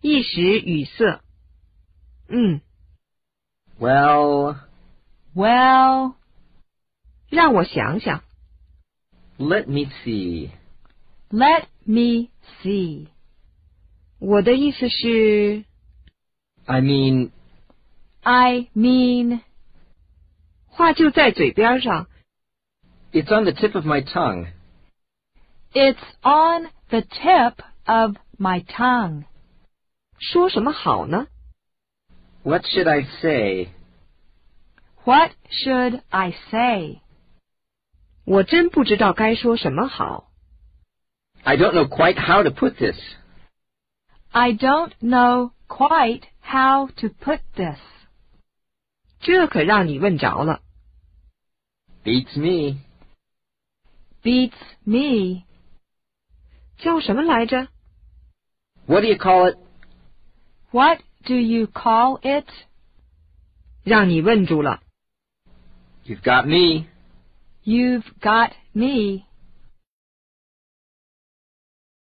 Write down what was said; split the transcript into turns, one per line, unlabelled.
一时语塞。嗯，
Well,
Well,
让我想想。
let me see.
let me see.
我的意思是，
I mean,
I mean,
话就在嘴边上。
it's on the tip of my tongue.
it's on the tip of my tongue.
说什么好呢？
What should I say?
What should I say?
我真不知道该说什么好。
I don't know quite how to put this.
I don't know quite how to put this.
这可让你问着了。
Beats me.
Beats me.
叫什么来着？
What do you call it?
What do you call it?
让你问住了。
You've got me.
You've got me.